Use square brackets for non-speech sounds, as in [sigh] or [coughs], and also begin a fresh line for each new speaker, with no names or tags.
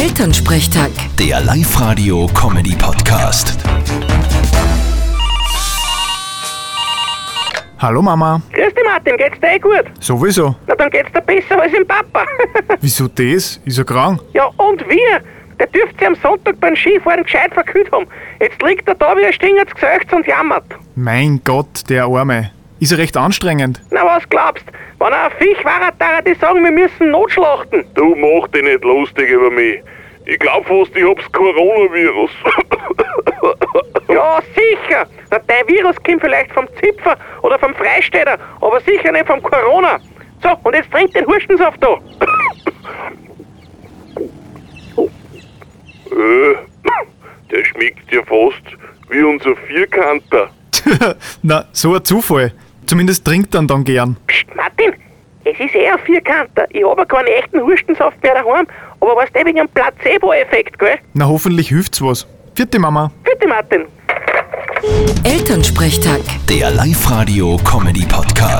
Elternsprechtag.
Der Live-Radio-Comedy-Podcast.
Hallo Mama,
Grüß dich, Martin, geht's dir eh gut?
sowieso.
Na, dann geht's dir besser als dem Papa. [laughs]
Wieso das? Ist er krank?
ja, und wir? Der dürfte sich am Sonntag beim Skifahren gescheit verkühlt haben. Jetzt liegt er da wie ein Stinger gesäucht und jammert.
Mein Gott, der Arme. Ist er recht anstrengend? [laughs]
Na, was glaubst? Wenn er ein Fisch war, darf er die sagen, wir müssen notschlachten.
Du mach dich nicht lustig über mich. Ich glaub fast, ich hab's Coronavirus.
[coughs] Ja, sicher. Na, der Virus kommt vielleicht vom Zipfer oder vom Freistädter, aber sicher nicht vom Corona. So, und jetzt trink den Hurstensaft da.
äh, [coughs] der schmeckt ja fast wie unser Vierkanter.
Na, so ein Zufall. Zumindest trinkt er ihn dann gern.
Psst, Martin, es ist eher ein Vierkanter. Ich habe keinen echten Hurstensaft mehr daheim, aber weißt du, wegen dem Placebo-Effekt, gell?
Na, hoffentlich hilft's was. Vierte Mama.
Bitte, Martin.
Elternsprechtag.
Der Live-Radio-Comedy-Podcast.